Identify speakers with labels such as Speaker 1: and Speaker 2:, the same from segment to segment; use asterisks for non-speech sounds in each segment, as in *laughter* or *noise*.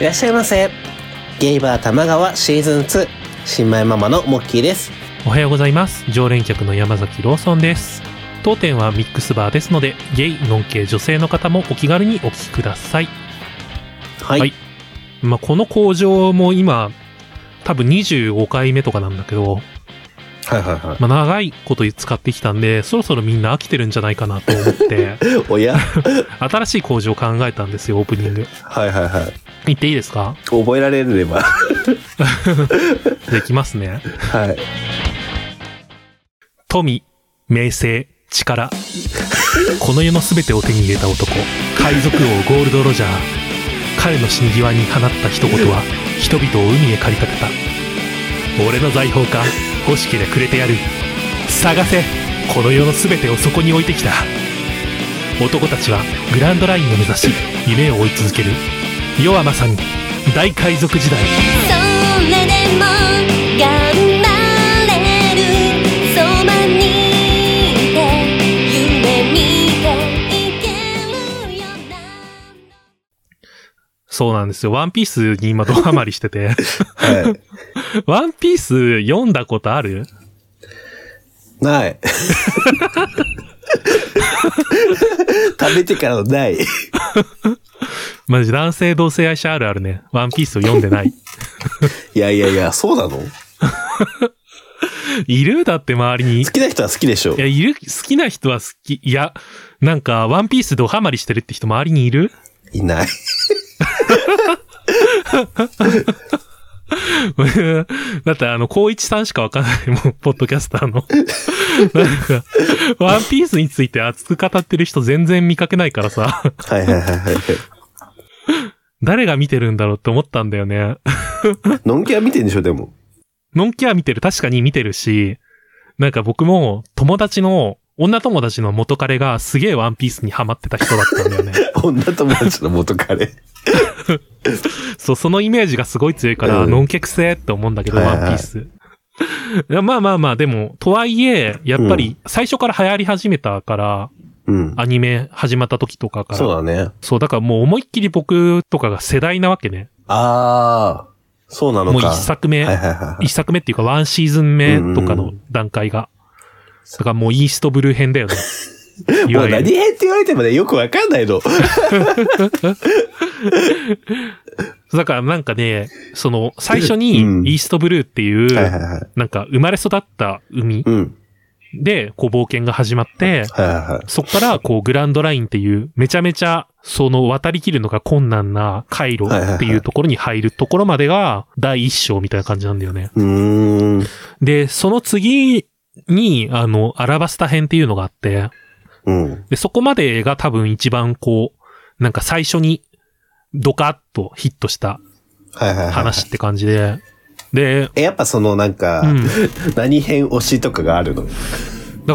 Speaker 1: いらっしゃいませゲイバー玉川シーズン2新米ママのモッキーです
Speaker 2: おはようございます常連客の山崎ローソンです当店はミックスバーですのでゲイノン系女性の方もお気軽にお聞きください、
Speaker 1: はい、
Speaker 2: はいまあ、この工場も今多分25回目とかなんだけど、
Speaker 1: はいはいは
Speaker 2: まあ、長いこと使ってきたんでそろそろみんな飽きてるんじゃないかなと思って
Speaker 1: いおや
Speaker 2: 新しい工場を考えたんですよオープニング
Speaker 1: はいはいはい
Speaker 2: 言っていいですか
Speaker 1: 覚えられれば
Speaker 2: できますね
Speaker 1: はい
Speaker 2: 富、名声、力。この世の全てを手に入れた男、海賊王ゴールド・ロジャー。彼の死に際に放った一言は、人々を海へ駆り立てた。俺の財宝か、欲しけりゃくれてやる。探せこの世の全てをそこに置いてきた。男たちはグランドラインを目指し、夢を追い続ける。世はまさに、大海賊時代。
Speaker 3: 「それでも頑張れる」「そばにいて夢見ていけるよな」
Speaker 2: そうなんですよ。ワンピースに今ドハマりしてて。
Speaker 1: はい
Speaker 2: ワンピース読んだことある
Speaker 1: ない食べてからのない
Speaker 2: マジ男性同性愛者あるあるね。ワンピースを読んでない。
Speaker 1: いやいやいやそうなの好
Speaker 2: いるだって周りに。い
Speaker 1: きな人は好きでしょ
Speaker 2: や、いる、好きな人は好き。いや、なんか、ワンピースドハマりしてるって人周りにいる *laughs*
Speaker 1: いない
Speaker 2: だって、あの、高一さんしかわかんないもん、ポッドキャスターの。なんか、ワンピースについて熱く語ってる人全然見かけないからさ、
Speaker 1: はいはいはいはい
Speaker 2: 誰が見てるんだろうって思ったんだよね。
Speaker 1: のんきは見てんでしょでも
Speaker 2: のんきは見てる、確かに見てるし、なんか僕も友達の、女友達の元彼がすげえワンピースにハマってた人だったんだよね。
Speaker 1: *laughs* 女友達の元カレ
Speaker 2: そう、そのイメージがすごい強いから、
Speaker 1: うん
Speaker 2: ノンケクセって思うんだけど、
Speaker 1: はいは
Speaker 2: ワ
Speaker 1: い
Speaker 2: ンピース。いやまあまあまあ、でも、とはいえ、やっぱり、最初から流行り始めたから、
Speaker 1: うん
Speaker 2: アニメ始まった時とかから。
Speaker 1: そうだね
Speaker 2: そうだからもう思いっきり僕とかが世代なわけね。
Speaker 1: ああそうなのか
Speaker 2: もう一作目、
Speaker 1: はいはいはいはい
Speaker 2: 一作目っていうかワンシーズン目とかの段階が。だからもうイーストブルー編だ
Speaker 1: *laughs*
Speaker 2: よね。い
Speaker 1: も
Speaker 2: わ
Speaker 1: う
Speaker 2: ゆる
Speaker 1: 何編って言われてもね、よくわかんないの。
Speaker 2: だからなんかね、その、最初にイ
Speaker 1: うん
Speaker 2: ーストブルーっていう、
Speaker 1: はい。
Speaker 2: なんか生まれ育った海
Speaker 1: うん。
Speaker 2: で、こう冒険が始まって、
Speaker 1: はいはいはい。
Speaker 2: そっから、こう、グランドラインっていう、めちゃめちゃ、その、渡り切るのが困難な回路っていうところに入るところまでが、第一章みたいな感じなんだよね。
Speaker 1: うーん。
Speaker 2: で、その次に、あの、アラバスタ編っていうのがあって、
Speaker 1: うん。
Speaker 2: で、そこまでが多分一番こう、なんか最初に、ドカッとヒットした
Speaker 1: はいはいはい。。
Speaker 2: 話って感じで、で、
Speaker 1: え、やっぱそのなんか、
Speaker 2: うん。
Speaker 1: 何編推しとかがあるの
Speaker 2: だ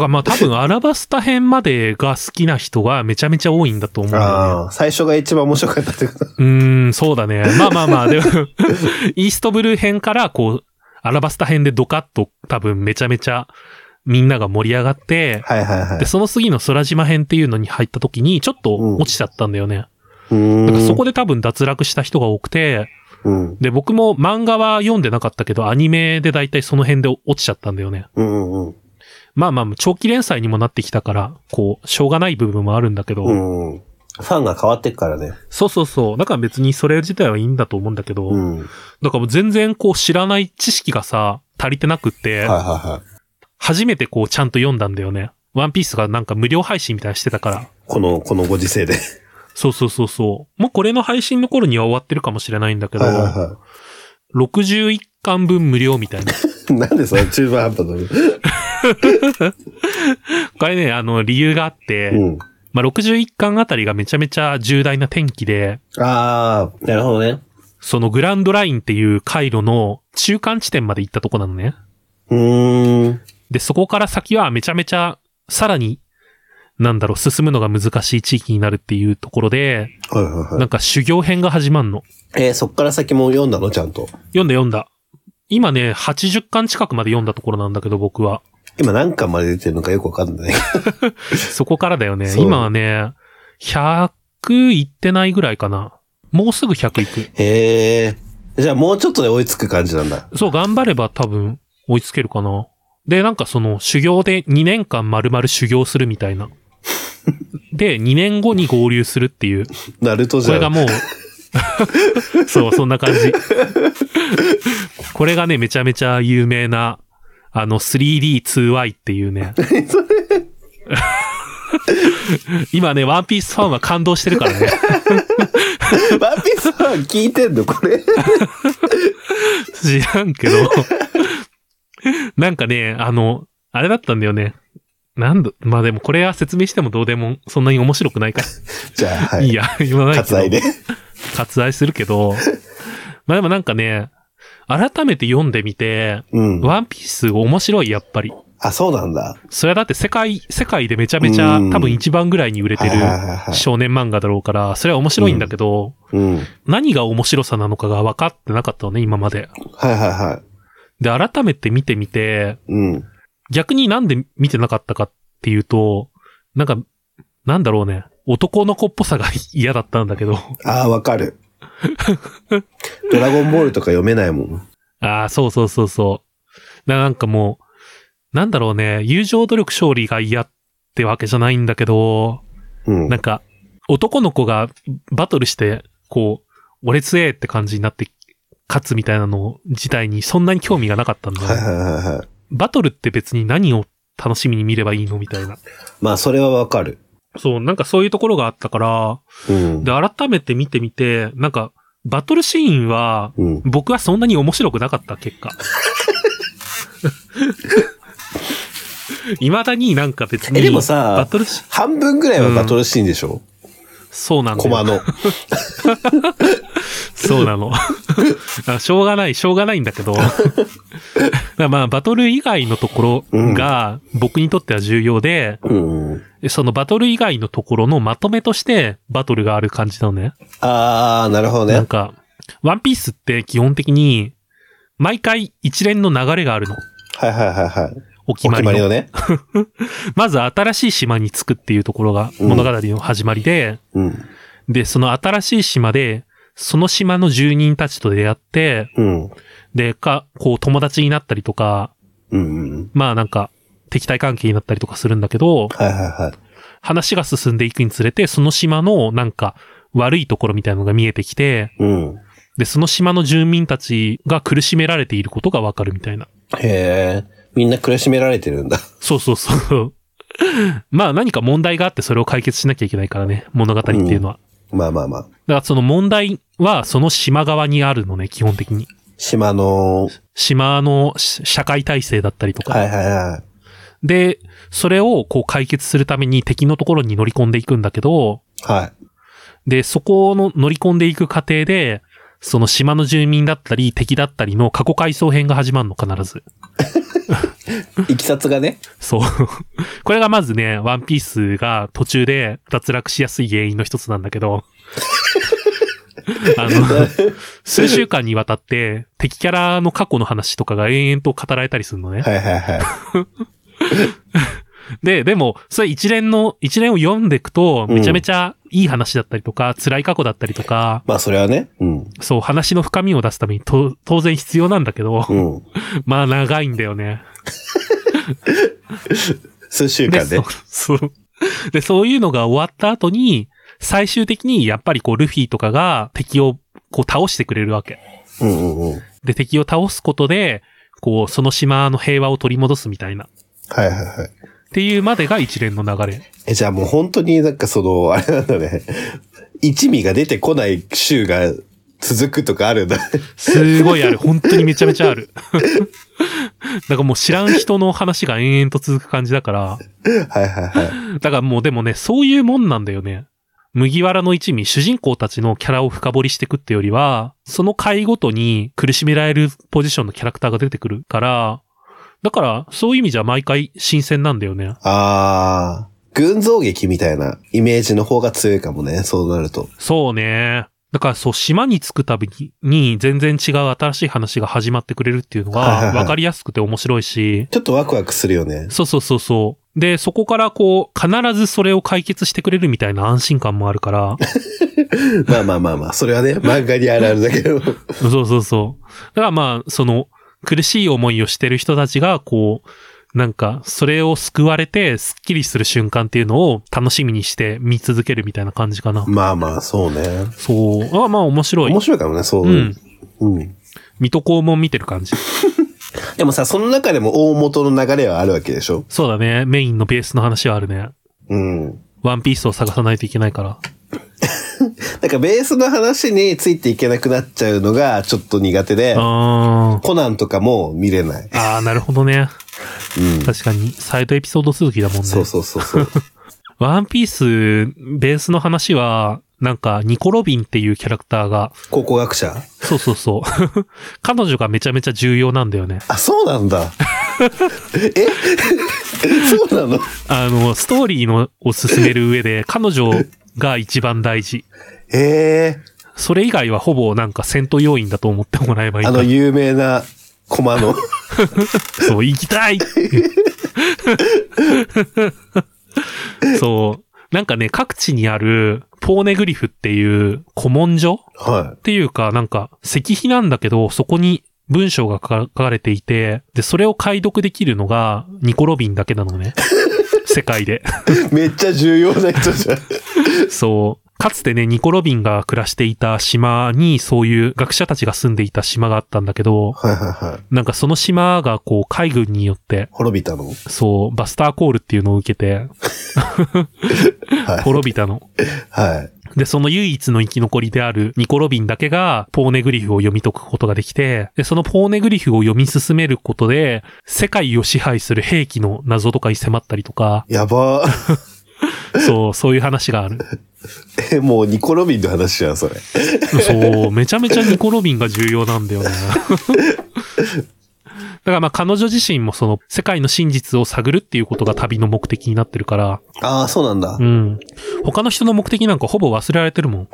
Speaker 2: からまあ多分、アラバスタ編までが好きな人がめちゃめちゃ多いんだと思うんだよね。
Speaker 1: ああ、最初が一番面白かったってこと
Speaker 2: うーん、そうだね。まあまあまあ、でも、 *laughs* イーストブルー編から、こう、アラバスタ編でドカッと多分めちゃめちゃみんなが盛り上がって、
Speaker 1: はいはいはい
Speaker 2: で、。その次の空島編っていうのに入った時に、ちょっと落ちちゃったんだよね。
Speaker 1: うーん。
Speaker 2: だからそこで多分脱落した人が多くて、
Speaker 1: うん。
Speaker 2: で、僕も漫画は読んでなかったけど、アニメでだいたいその辺で落ちちゃったんだよね。
Speaker 1: うんうん
Speaker 2: まあまあ、長期連載にもなってきたから、こう、しょうがない部分もあるんだけど、
Speaker 1: うん。うん。ファンが変わってくからね。
Speaker 2: そうそうそう。だから別にそれ自体はいいんだと思うんだけど、
Speaker 1: うん。はい
Speaker 2: だからもう全然こう知らない知識がさ、足りてなくって、
Speaker 1: はいはい。
Speaker 2: 初めてこうちゃんと読んだんだよね。ワンピースがなんか無料配信みたいなのしてたから。
Speaker 1: この、このご時世で。
Speaker 2: そうそうそうそう。もうこれの配信の頃には終わってるかもしれないんだけど、
Speaker 1: はいは
Speaker 2: 61巻分無料みたいな。 *laughs*
Speaker 1: いはい。なんでその中盤半端なの
Speaker 2: これね、あの理由があって、
Speaker 1: うん。
Speaker 2: まあ、61巻あたりがめちゃめちゃ重大な転機で、
Speaker 1: ああ、なるほどね。
Speaker 2: そのグランドラインっていう回路の中間地点まで行ったとこなのね。
Speaker 1: うーん。
Speaker 2: で、そこから先はめちゃめちゃ、さらに、なんだろう、進むのが難しい地域になるっていうところで、
Speaker 1: はいはいは。
Speaker 2: ないんか修行編が始まんの。
Speaker 1: えーそっから先も読んだのちゃんと。
Speaker 2: 読んだ読んだ。今ね、80巻近くまで読んだところなんだけど、僕は。
Speaker 1: 今何巻まで出てるのかよくわかんない。
Speaker 2: そこからだよね。
Speaker 1: そう
Speaker 2: 今はね、100いってないぐらいかな。もうすぐ100いく。
Speaker 1: *laughs* へえ。じゃあもうちょっとで追いつく感じなんだ。
Speaker 2: そう、頑張れば多分追いつけるかな。で、なんかその修行で2年間丸々修行するみたいな。で、2年後に合流するっていう。
Speaker 1: ナルトじ
Speaker 2: こ
Speaker 1: ゃ
Speaker 2: れが
Speaker 1: ん。
Speaker 2: もう、そう、そんな感じ。これがね、めちゃめちゃ有名な、あの、3D2Y っていうね。 *laughs* 今ね、ワンピースファンは感動してるからね。
Speaker 1: ワンピースは聞いてんのこ *laughs* れ。
Speaker 2: 知らんけど。 *laughs* なんかね、あの、あれだったんだよね。なんだ、まあでもこれは説明してもどうでも、そんなに面白くないから。、
Speaker 1: じゃあ、はいい。
Speaker 2: や、言わないけど。
Speaker 1: 割愛で。
Speaker 2: 割愛するけど。 *laughs* まあでもなんかね、改めて読んでみて、
Speaker 1: うん。
Speaker 2: ワンピース面白い、やっぱり。
Speaker 1: あ、そうなんだ。
Speaker 2: それはだって世界、世界でめちゃめちゃ
Speaker 1: うん
Speaker 2: 多分一番ぐらいに売れてる
Speaker 1: はいはいはいはい
Speaker 2: 少年漫画だろうから、それは面白いんだけど、
Speaker 1: うん。はい
Speaker 2: 何が面白さなのかが分かってなかったのね、今まで。
Speaker 1: はいは
Speaker 2: で、改めて見てみて、
Speaker 1: い。うん。
Speaker 2: 逆になんで見てなかったかっていうと、なんか、なんだろうね、男の子っぽさが *laughs* 嫌だったんだけど、 *laughs*
Speaker 1: ああ、わか *laughs* る。ドラゴンボールとか読めないもん。
Speaker 2: ああ、そうそうそうそう。ななんかもう、なんだろうね、友情努力勝利が嫌ってわけじゃないんだけど、
Speaker 1: うん
Speaker 2: なん。か、男の子がバトルして、こう、俺強えって感じになって、勝つみたいなの自体にそんなに興味がなかったんだよ
Speaker 1: はいはいはいはい。
Speaker 2: バトルって別に何を楽しみに見ればいいのみたいな。
Speaker 1: まあ、それはわかる。
Speaker 2: そう、なんかそういうところがあったから、
Speaker 1: うん
Speaker 2: で、。改めて見てみて、なんか、バトルシーンは、
Speaker 1: うん。
Speaker 2: 僕はそんなに面白くなかった、
Speaker 1: *laughs*
Speaker 2: 結果。未だになんか別に、
Speaker 1: えでもさ
Speaker 2: バトルシ
Speaker 1: 半分ぐらいはバトルシーンでしょ、
Speaker 2: そうなんだ
Speaker 1: コ
Speaker 2: よ
Speaker 1: マの。
Speaker 2: そうなの。
Speaker 1: *laughs*
Speaker 2: あしょうがない、しょうがないんだけど。まあ、バトル以外のところが僕にとっては重要で、
Speaker 1: うん。
Speaker 2: そのバトル以外のところのまとめとしてバトルがある感じなのね。
Speaker 1: ああ、なるほど
Speaker 2: なん
Speaker 1: ね。
Speaker 2: か、ワンピースって基本的に、毎回一連の流れがあるの。
Speaker 1: はいはいはいはい。
Speaker 2: お決
Speaker 1: お
Speaker 2: ま
Speaker 1: 決
Speaker 2: りの。
Speaker 1: まりのね。
Speaker 2: まず新しい島に着くっていうところが
Speaker 1: うん
Speaker 2: 物語の始まりで、
Speaker 1: うん。
Speaker 2: で、その新しい島で、その島の住人たちと出会って、
Speaker 1: うん。
Speaker 2: で、か、こう友達になったりとか、
Speaker 1: うんうん。
Speaker 2: まあなんか、敵対関係になったりとかするんだけど、
Speaker 1: はいはいはい。
Speaker 2: 話が進んでいくにつれて、その島のなんか、悪いところみたいなのが見えてきて、
Speaker 1: うん。
Speaker 2: で、その島の住民たちが苦しめられていることがわかるみたいな。
Speaker 1: へえ。みんな苦しめられてるんだ。 *laughs*
Speaker 2: そうそうそう。 *laughs* まあ何か問題があってそれを解決しなきゃいけないからね、物語っていうのは。
Speaker 1: まあまあまあ。
Speaker 2: だからその問題はその島側にあるのね、基本的に。
Speaker 1: 島の、
Speaker 2: 島のし社会体制だったりとか。
Speaker 1: はいはいはい。
Speaker 2: で、それをこう解決するために敵のところに乗り込んでいくんだけど、
Speaker 1: はい。
Speaker 2: で、そこの乗り込んでいく過程で、その島の住民だったり敵だったりの過去回想編が始まるの必ず。
Speaker 1: いきさつがね。
Speaker 2: そう。 *laughs* これがまずね、ワンピースが途中で脱落しやすい原因の一つなんだけ
Speaker 1: *laughs*
Speaker 2: ど、あの、数週間にわたって敵キャラの過去の話とかが延々と語られたりするのね。
Speaker 1: はいはいはい。
Speaker 2: で、でも、それ一連の、一連を読んでいくと、
Speaker 1: うん
Speaker 2: めちゃめちゃいい話だったりとか、辛い過去だったりとか、
Speaker 1: まあそれはね。うん。
Speaker 2: そう、話の深みを出すためにと当然必要なんだけど、
Speaker 1: うん。
Speaker 2: まあ長いんだよね。
Speaker 1: 数週
Speaker 2: で、
Speaker 1: 間で
Speaker 2: そ。そう。 *laughs* で、そういうのが終わった後に、最終的にやっぱりこう、ルフィとかが敵をこう倒してくれるわけ。
Speaker 1: うんうんうん。
Speaker 2: で、敵を倒すことで、こう、その島の平和を取り戻すみたいな。っ
Speaker 1: はいはいはい。
Speaker 2: ていうまでが一連の流れ。
Speaker 1: え、じゃあもう本当になんかその、 *laughs* あれなんだね。一味が出てこない週が続くとかあるんだね。 *laughs*
Speaker 2: すごいある。本当にめちゃめちゃある。 *laughs* だからもう知らん人の話が延々と続く感じだから。
Speaker 1: はいはいはい。
Speaker 2: だからもうでもね、そういうもんなんだよね。麦わらの一味、主人公たちのキャラを深掘りしていくってよりは、その回ごとに苦しめられるポジションのキャラクターが出てくるから、だから、そういう意味じゃ毎回新鮮なんだよね。
Speaker 1: あー。群像劇みたいなイメージの方が強いかもね。そうなると。
Speaker 2: そうね。だからそう、島に着くたびに全然違う新しい話が始まってくれるっていうの
Speaker 1: はいはい
Speaker 2: が、
Speaker 1: はい
Speaker 2: わかりやすくて面白いし、
Speaker 1: ちょっとワクワクするよね。
Speaker 2: そうそうそうそう。で、そこからこう、必ずそれを解決してくれるみたいな安心感もあるから、
Speaker 1: まあまあまあまあ、それはね、漫画にあるあるだけど。 *laughs*
Speaker 2: そうそうそう。だからまあ、その、苦しい思いをしてる人たちが、こう、なんか、それを救われて、スッキリする瞬間っていうのを楽しみにして見続けるみたいな感じかな。
Speaker 1: まあまあ、そうね。
Speaker 2: そう。あまあ、面白い
Speaker 1: 面。白いかもね、そう。
Speaker 2: うん。
Speaker 1: うん
Speaker 2: 水戸黄門見てる感じ。
Speaker 1: でもさ、その中でも大元の流れはあるわけでしょ
Speaker 2: そうだね。メインのベースの話はあるね。
Speaker 1: うん。
Speaker 2: ワンピースを探さないといけないから。
Speaker 1: なんかベースの話についていけなくなっちゃうのがちょっと苦手で、
Speaker 2: あー
Speaker 1: コナンとかも見れない。
Speaker 2: あー、なるほどね。
Speaker 1: うん。
Speaker 2: 確かに、サイドエピソード続きだもんね。
Speaker 1: そうそうそう *laughs* そう。
Speaker 2: ワンピース、ベースの話は、なんか、ニコ・ロビンっていうキャラクターが、
Speaker 1: 考古学者
Speaker 2: そうそうそう。 *laughs* 彼女がめちゃめちゃ重要なんだよね。
Speaker 1: あ、そうなんだ。 *laughs* えそうなの
Speaker 2: あの、ストーリーのを進める上で、彼女が一番大事。
Speaker 1: ええ
Speaker 2: それ以外はほぼなんか戦闘要員だと思ってもらえばいい
Speaker 1: あ
Speaker 2: か
Speaker 1: の有名なコマの。
Speaker 2: そう、行きたいそう。なんかね、各地にある、ポーネグリフっていう古文書
Speaker 1: は
Speaker 2: っていうか、なんか、石碑なんだけど、そこに文章が書か書かれていて、で、それを解読できるのが、ニコロビンだけなのね。世界で。
Speaker 1: い。 *laughs* めっちゃ重要な人じゃん。
Speaker 2: そう。かつてね、ニコロビンが暮らしていた島に、そういう学者たちが住んでいた島があったんだけど、
Speaker 1: はいはいはい。
Speaker 2: なんかその島がこう、海軍によって、
Speaker 1: 滅びたの
Speaker 2: そう、バスターコールっていうのを受けて、
Speaker 1: はい。
Speaker 2: 滅びたの。
Speaker 1: はい。
Speaker 2: で、その唯一の生き残りであるニコロビンだけが、ポーネグリフを読み解くことができて、で、そのポーネグリフを読み進めることで、世界を支配する兵器の謎とかに迫ったりとか、
Speaker 1: やば
Speaker 2: そう、そういう話がある。
Speaker 1: *laughs* え、もうニコロビンの話じゃん、それ。
Speaker 2: そう、めちゃめちゃニコロビンが重要なん
Speaker 1: *laughs*
Speaker 2: だよね。だからまあ彼女自身もその世界の真実を探るっていうことが旅の目的になってるから、
Speaker 1: ああ、そうなんだ
Speaker 2: う。ん。他の人の目的なんかほぼ忘れられてる
Speaker 1: *laughs*
Speaker 2: もん。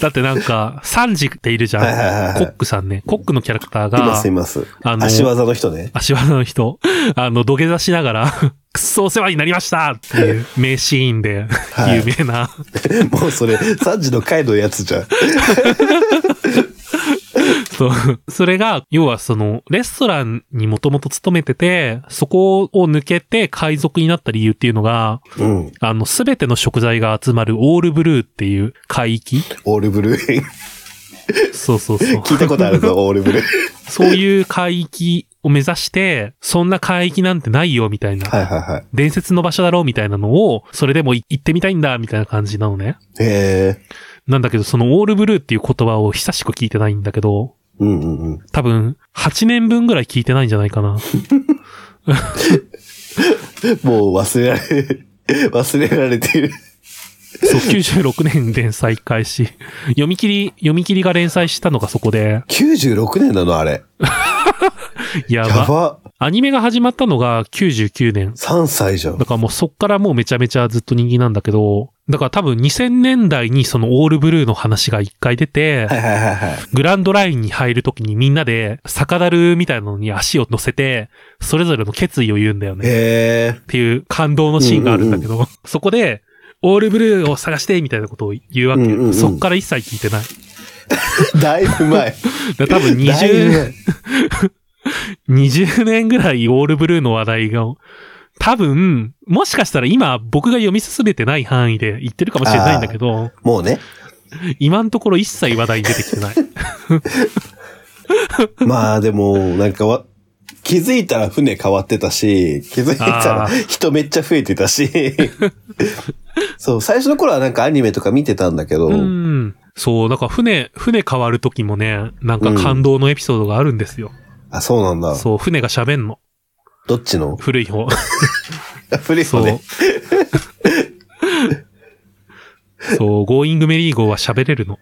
Speaker 2: だってなんか、サンジっているじ
Speaker 1: はいはいはい
Speaker 2: ゃん。
Speaker 1: はい
Speaker 2: コックさんね。コックのキャラクター
Speaker 1: いま
Speaker 2: が
Speaker 1: す、います。
Speaker 2: あの
Speaker 1: 足技の人ね。 *laughs*
Speaker 2: 足技の人、あの、土下座しながら、 *laughs* くっそお世話になりましたっていう名シーンで、
Speaker 1: はい
Speaker 2: 有名な。
Speaker 1: もうそれ、3時の回のやつじゃん。
Speaker 2: そう。 *laughs* それが、要はその、レストランにもともと勤めてて、そこを抜けて海賊になった理由っていうのが、
Speaker 1: うん。
Speaker 2: あの、すべての食材が集まるオールブルーっていう海域。
Speaker 1: オールブル *laughs* ー。
Speaker 2: そうそうそう。
Speaker 1: 聞いたことあるぞ、オールブルー。
Speaker 2: そういう海域を目指して、そんな海域なんてないよ、みたいな。
Speaker 1: はいはいはい。
Speaker 2: 伝説の場所だろうみたいなのを、それでもい行ってみたいんだみたいな感じなのね。
Speaker 1: へえ。
Speaker 2: なんだけど、そのオールブルーっていう言葉を久しく聞いてないんだけど、
Speaker 1: うんうんうん。
Speaker 2: 多分、8年分ぐらい聞いてないんじゃないかな。
Speaker 1: もう忘れら *laughs* れ、忘れられている。
Speaker 2: そう、96年連載開始。読み切り、読み切りが連載したのがそこで、
Speaker 1: 96年なのあれ。
Speaker 2: や
Speaker 1: や
Speaker 2: ば。
Speaker 1: ば。
Speaker 2: アニメが始まったのが99年。
Speaker 1: 3歳じゃん
Speaker 2: だ。からもうそっからもうめちゃめちゃずっと人気なんだけど、だから多分2000年代にそのオールブルーの話が一回出て、
Speaker 1: はいはいはいはい。
Speaker 2: グランドラインに入るときにみんなで逆だるみたいなのに足を乗せて、それぞれの決意を言うんだよね。
Speaker 1: へえ。
Speaker 2: っていう感動のシーンがあるんだけど、そこで、オールブルーを探してみたいなことを言うわけ。
Speaker 1: うんうんうん
Speaker 2: そっから一切聞いてない。
Speaker 1: だいぶ前。
Speaker 2: だから多分
Speaker 1: だいぶ
Speaker 2: 20、
Speaker 1: 前。
Speaker 2: 20年ぐらいオールブルーの話題が、多分、もしかしたら今僕が読み進めてない範囲で言ってるかもしれないんだけど、
Speaker 1: もうね。
Speaker 2: 今のところ一切話題に出てきて
Speaker 1: *laughs*
Speaker 2: ない。
Speaker 1: まあでも、なんかわ、気づいたら船変わってたし、気づいたら
Speaker 2: あー
Speaker 1: 人めっちゃ増えてた
Speaker 2: *laughs*
Speaker 1: し。そう、最初の頃はなんかアニメとか見てたんだけど、
Speaker 2: うん。そう、なんか船、船変わる時もね、なんか感動のエピソードがあるんですよ。
Speaker 1: あ、そうなんだ。
Speaker 2: そう、船が喋んの。
Speaker 1: どっちの
Speaker 2: 古い
Speaker 1: *laughs*
Speaker 2: 方。
Speaker 1: 古い
Speaker 2: そ
Speaker 1: 方
Speaker 2: う
Speaker 1: ね。。
Speaker 2: そう、 *laughs* ゴーイングメリー号は喋れるの。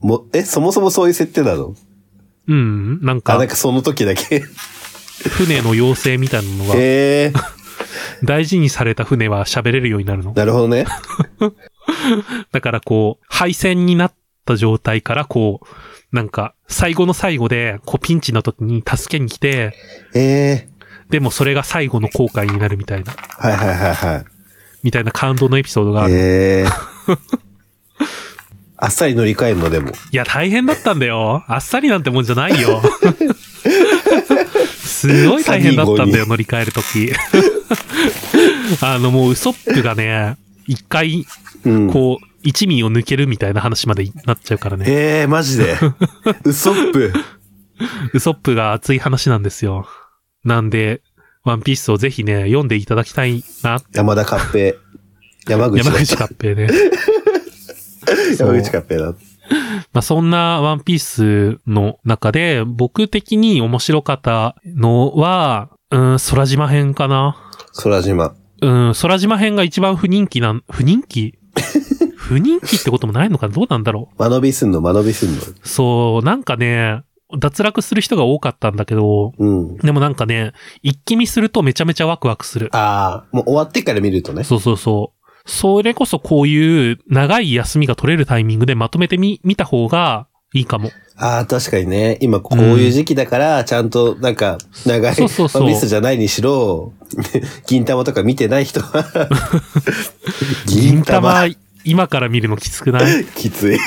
Speaker 1: もえ、そもそもそういう設定なの
Speaker 2: うん、なん
Speaker 1: あ、
Speaker 2: か
Speaker 1: なん、かその時だけ。
Speaker 2: 船の妖精みたいなのが、
Speaker 1: へえ。
Speaker 2: 大事にされた船は喋れるようになるの。
Speaker 1: なるほどね。
Speaker 2: だからこう、敗戦になった状態からこう、なんか、最後の最後で、こう、ピンチの時に助けに来て、
Speaker 1: へえ。
Speaker 2: でもそれが最後の後悔になるみたいな、
Speaker 1: はいはいはいはい。
Speaker 2: みたいな感動のエピソードがある。
Speaker 1: ええ
Speaker 2: *laughs*
Speaker 1: あっさり乗り換えるのでも。
Speaker 2: いや、大変だったんだよ。あっさりなんてもんじゃない
Speaker 1: *laughs*
Speaker 2: よ。すごい大変だったんだ
Speaker 1: 最後
Speaker 2: よ、
Speaker 1: に
Speaker 2: 乗り換えるとき。 *laughs* あの、もうウソップがね、一回、
Speaker 1: うん。
Speaker 2: こう、一味を抜けるみたいな話までなっちゃうからね。
Speaker 1: ええマ
Speaker 2: *laughs*
Speaker 1: ジで。ウソップ。
Speaker 2: ウソップが熱い話なんですよ。なんで、ワンピースをぜひね、読んでいただきたいな。
Speaker 1: 山田カッペ。山口だ
Speaker 2: 山口カッペね。
Speaker 1: 山口カッペだ。
Speaker 2: まあ、そんなワンピースの中で、僕的に面白かったのは、うん、空島編かな。
Speaker 1: 空島。
Speaker 2: うん、空島編が一番不人気なん、不人気不人気ってこともないのかなどうなんだろ
Speaker 1: 間延びすんの、間延びすんの。
Speaker 2: う。そう、なんかね、脱落する人が多かったんだけど、
Speaker 1: うん。
Speaker 2: でもなんかね、一気見するとめちゃめちゃワクワクする。
Speaker 1: ああ、もう終わってから見るとね。
Speaker 2: そうそうそう。それこそこういう長い休みが取れるタイミングでまとめてみ、見た方がいいかも。
Speaker 1: ああ、確かにね。今こういう時期だから、ちゃんとなんか、長い、
Speaker 2: そうそうそう
Speaker 1: ワンピースじゃないにしろ、 *laughs* 銀玉とか見てない人
Speaker 2: *laughs*
Speaker 1: は、
Speaker 2: 銀玉、今から見るのきつくない *laughs*
Speaker 1: きつい。い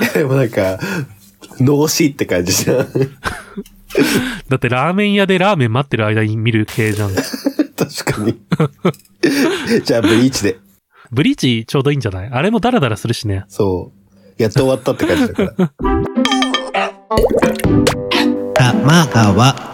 Speaker 1: やでもなんか、脳死って感じじゃん。確
Speaker 2: だってラーメン屋でラーメン待ってる間に見る系じゃん。
Speaker 1: かに。じゃあ、ブリーチで。
Speaker 2: ブリーチちょうどいいんじゃないあれもダラダラするしね。
Speaker 1: そう。やっと終わったって感じだから。
Speaker 4: 玉川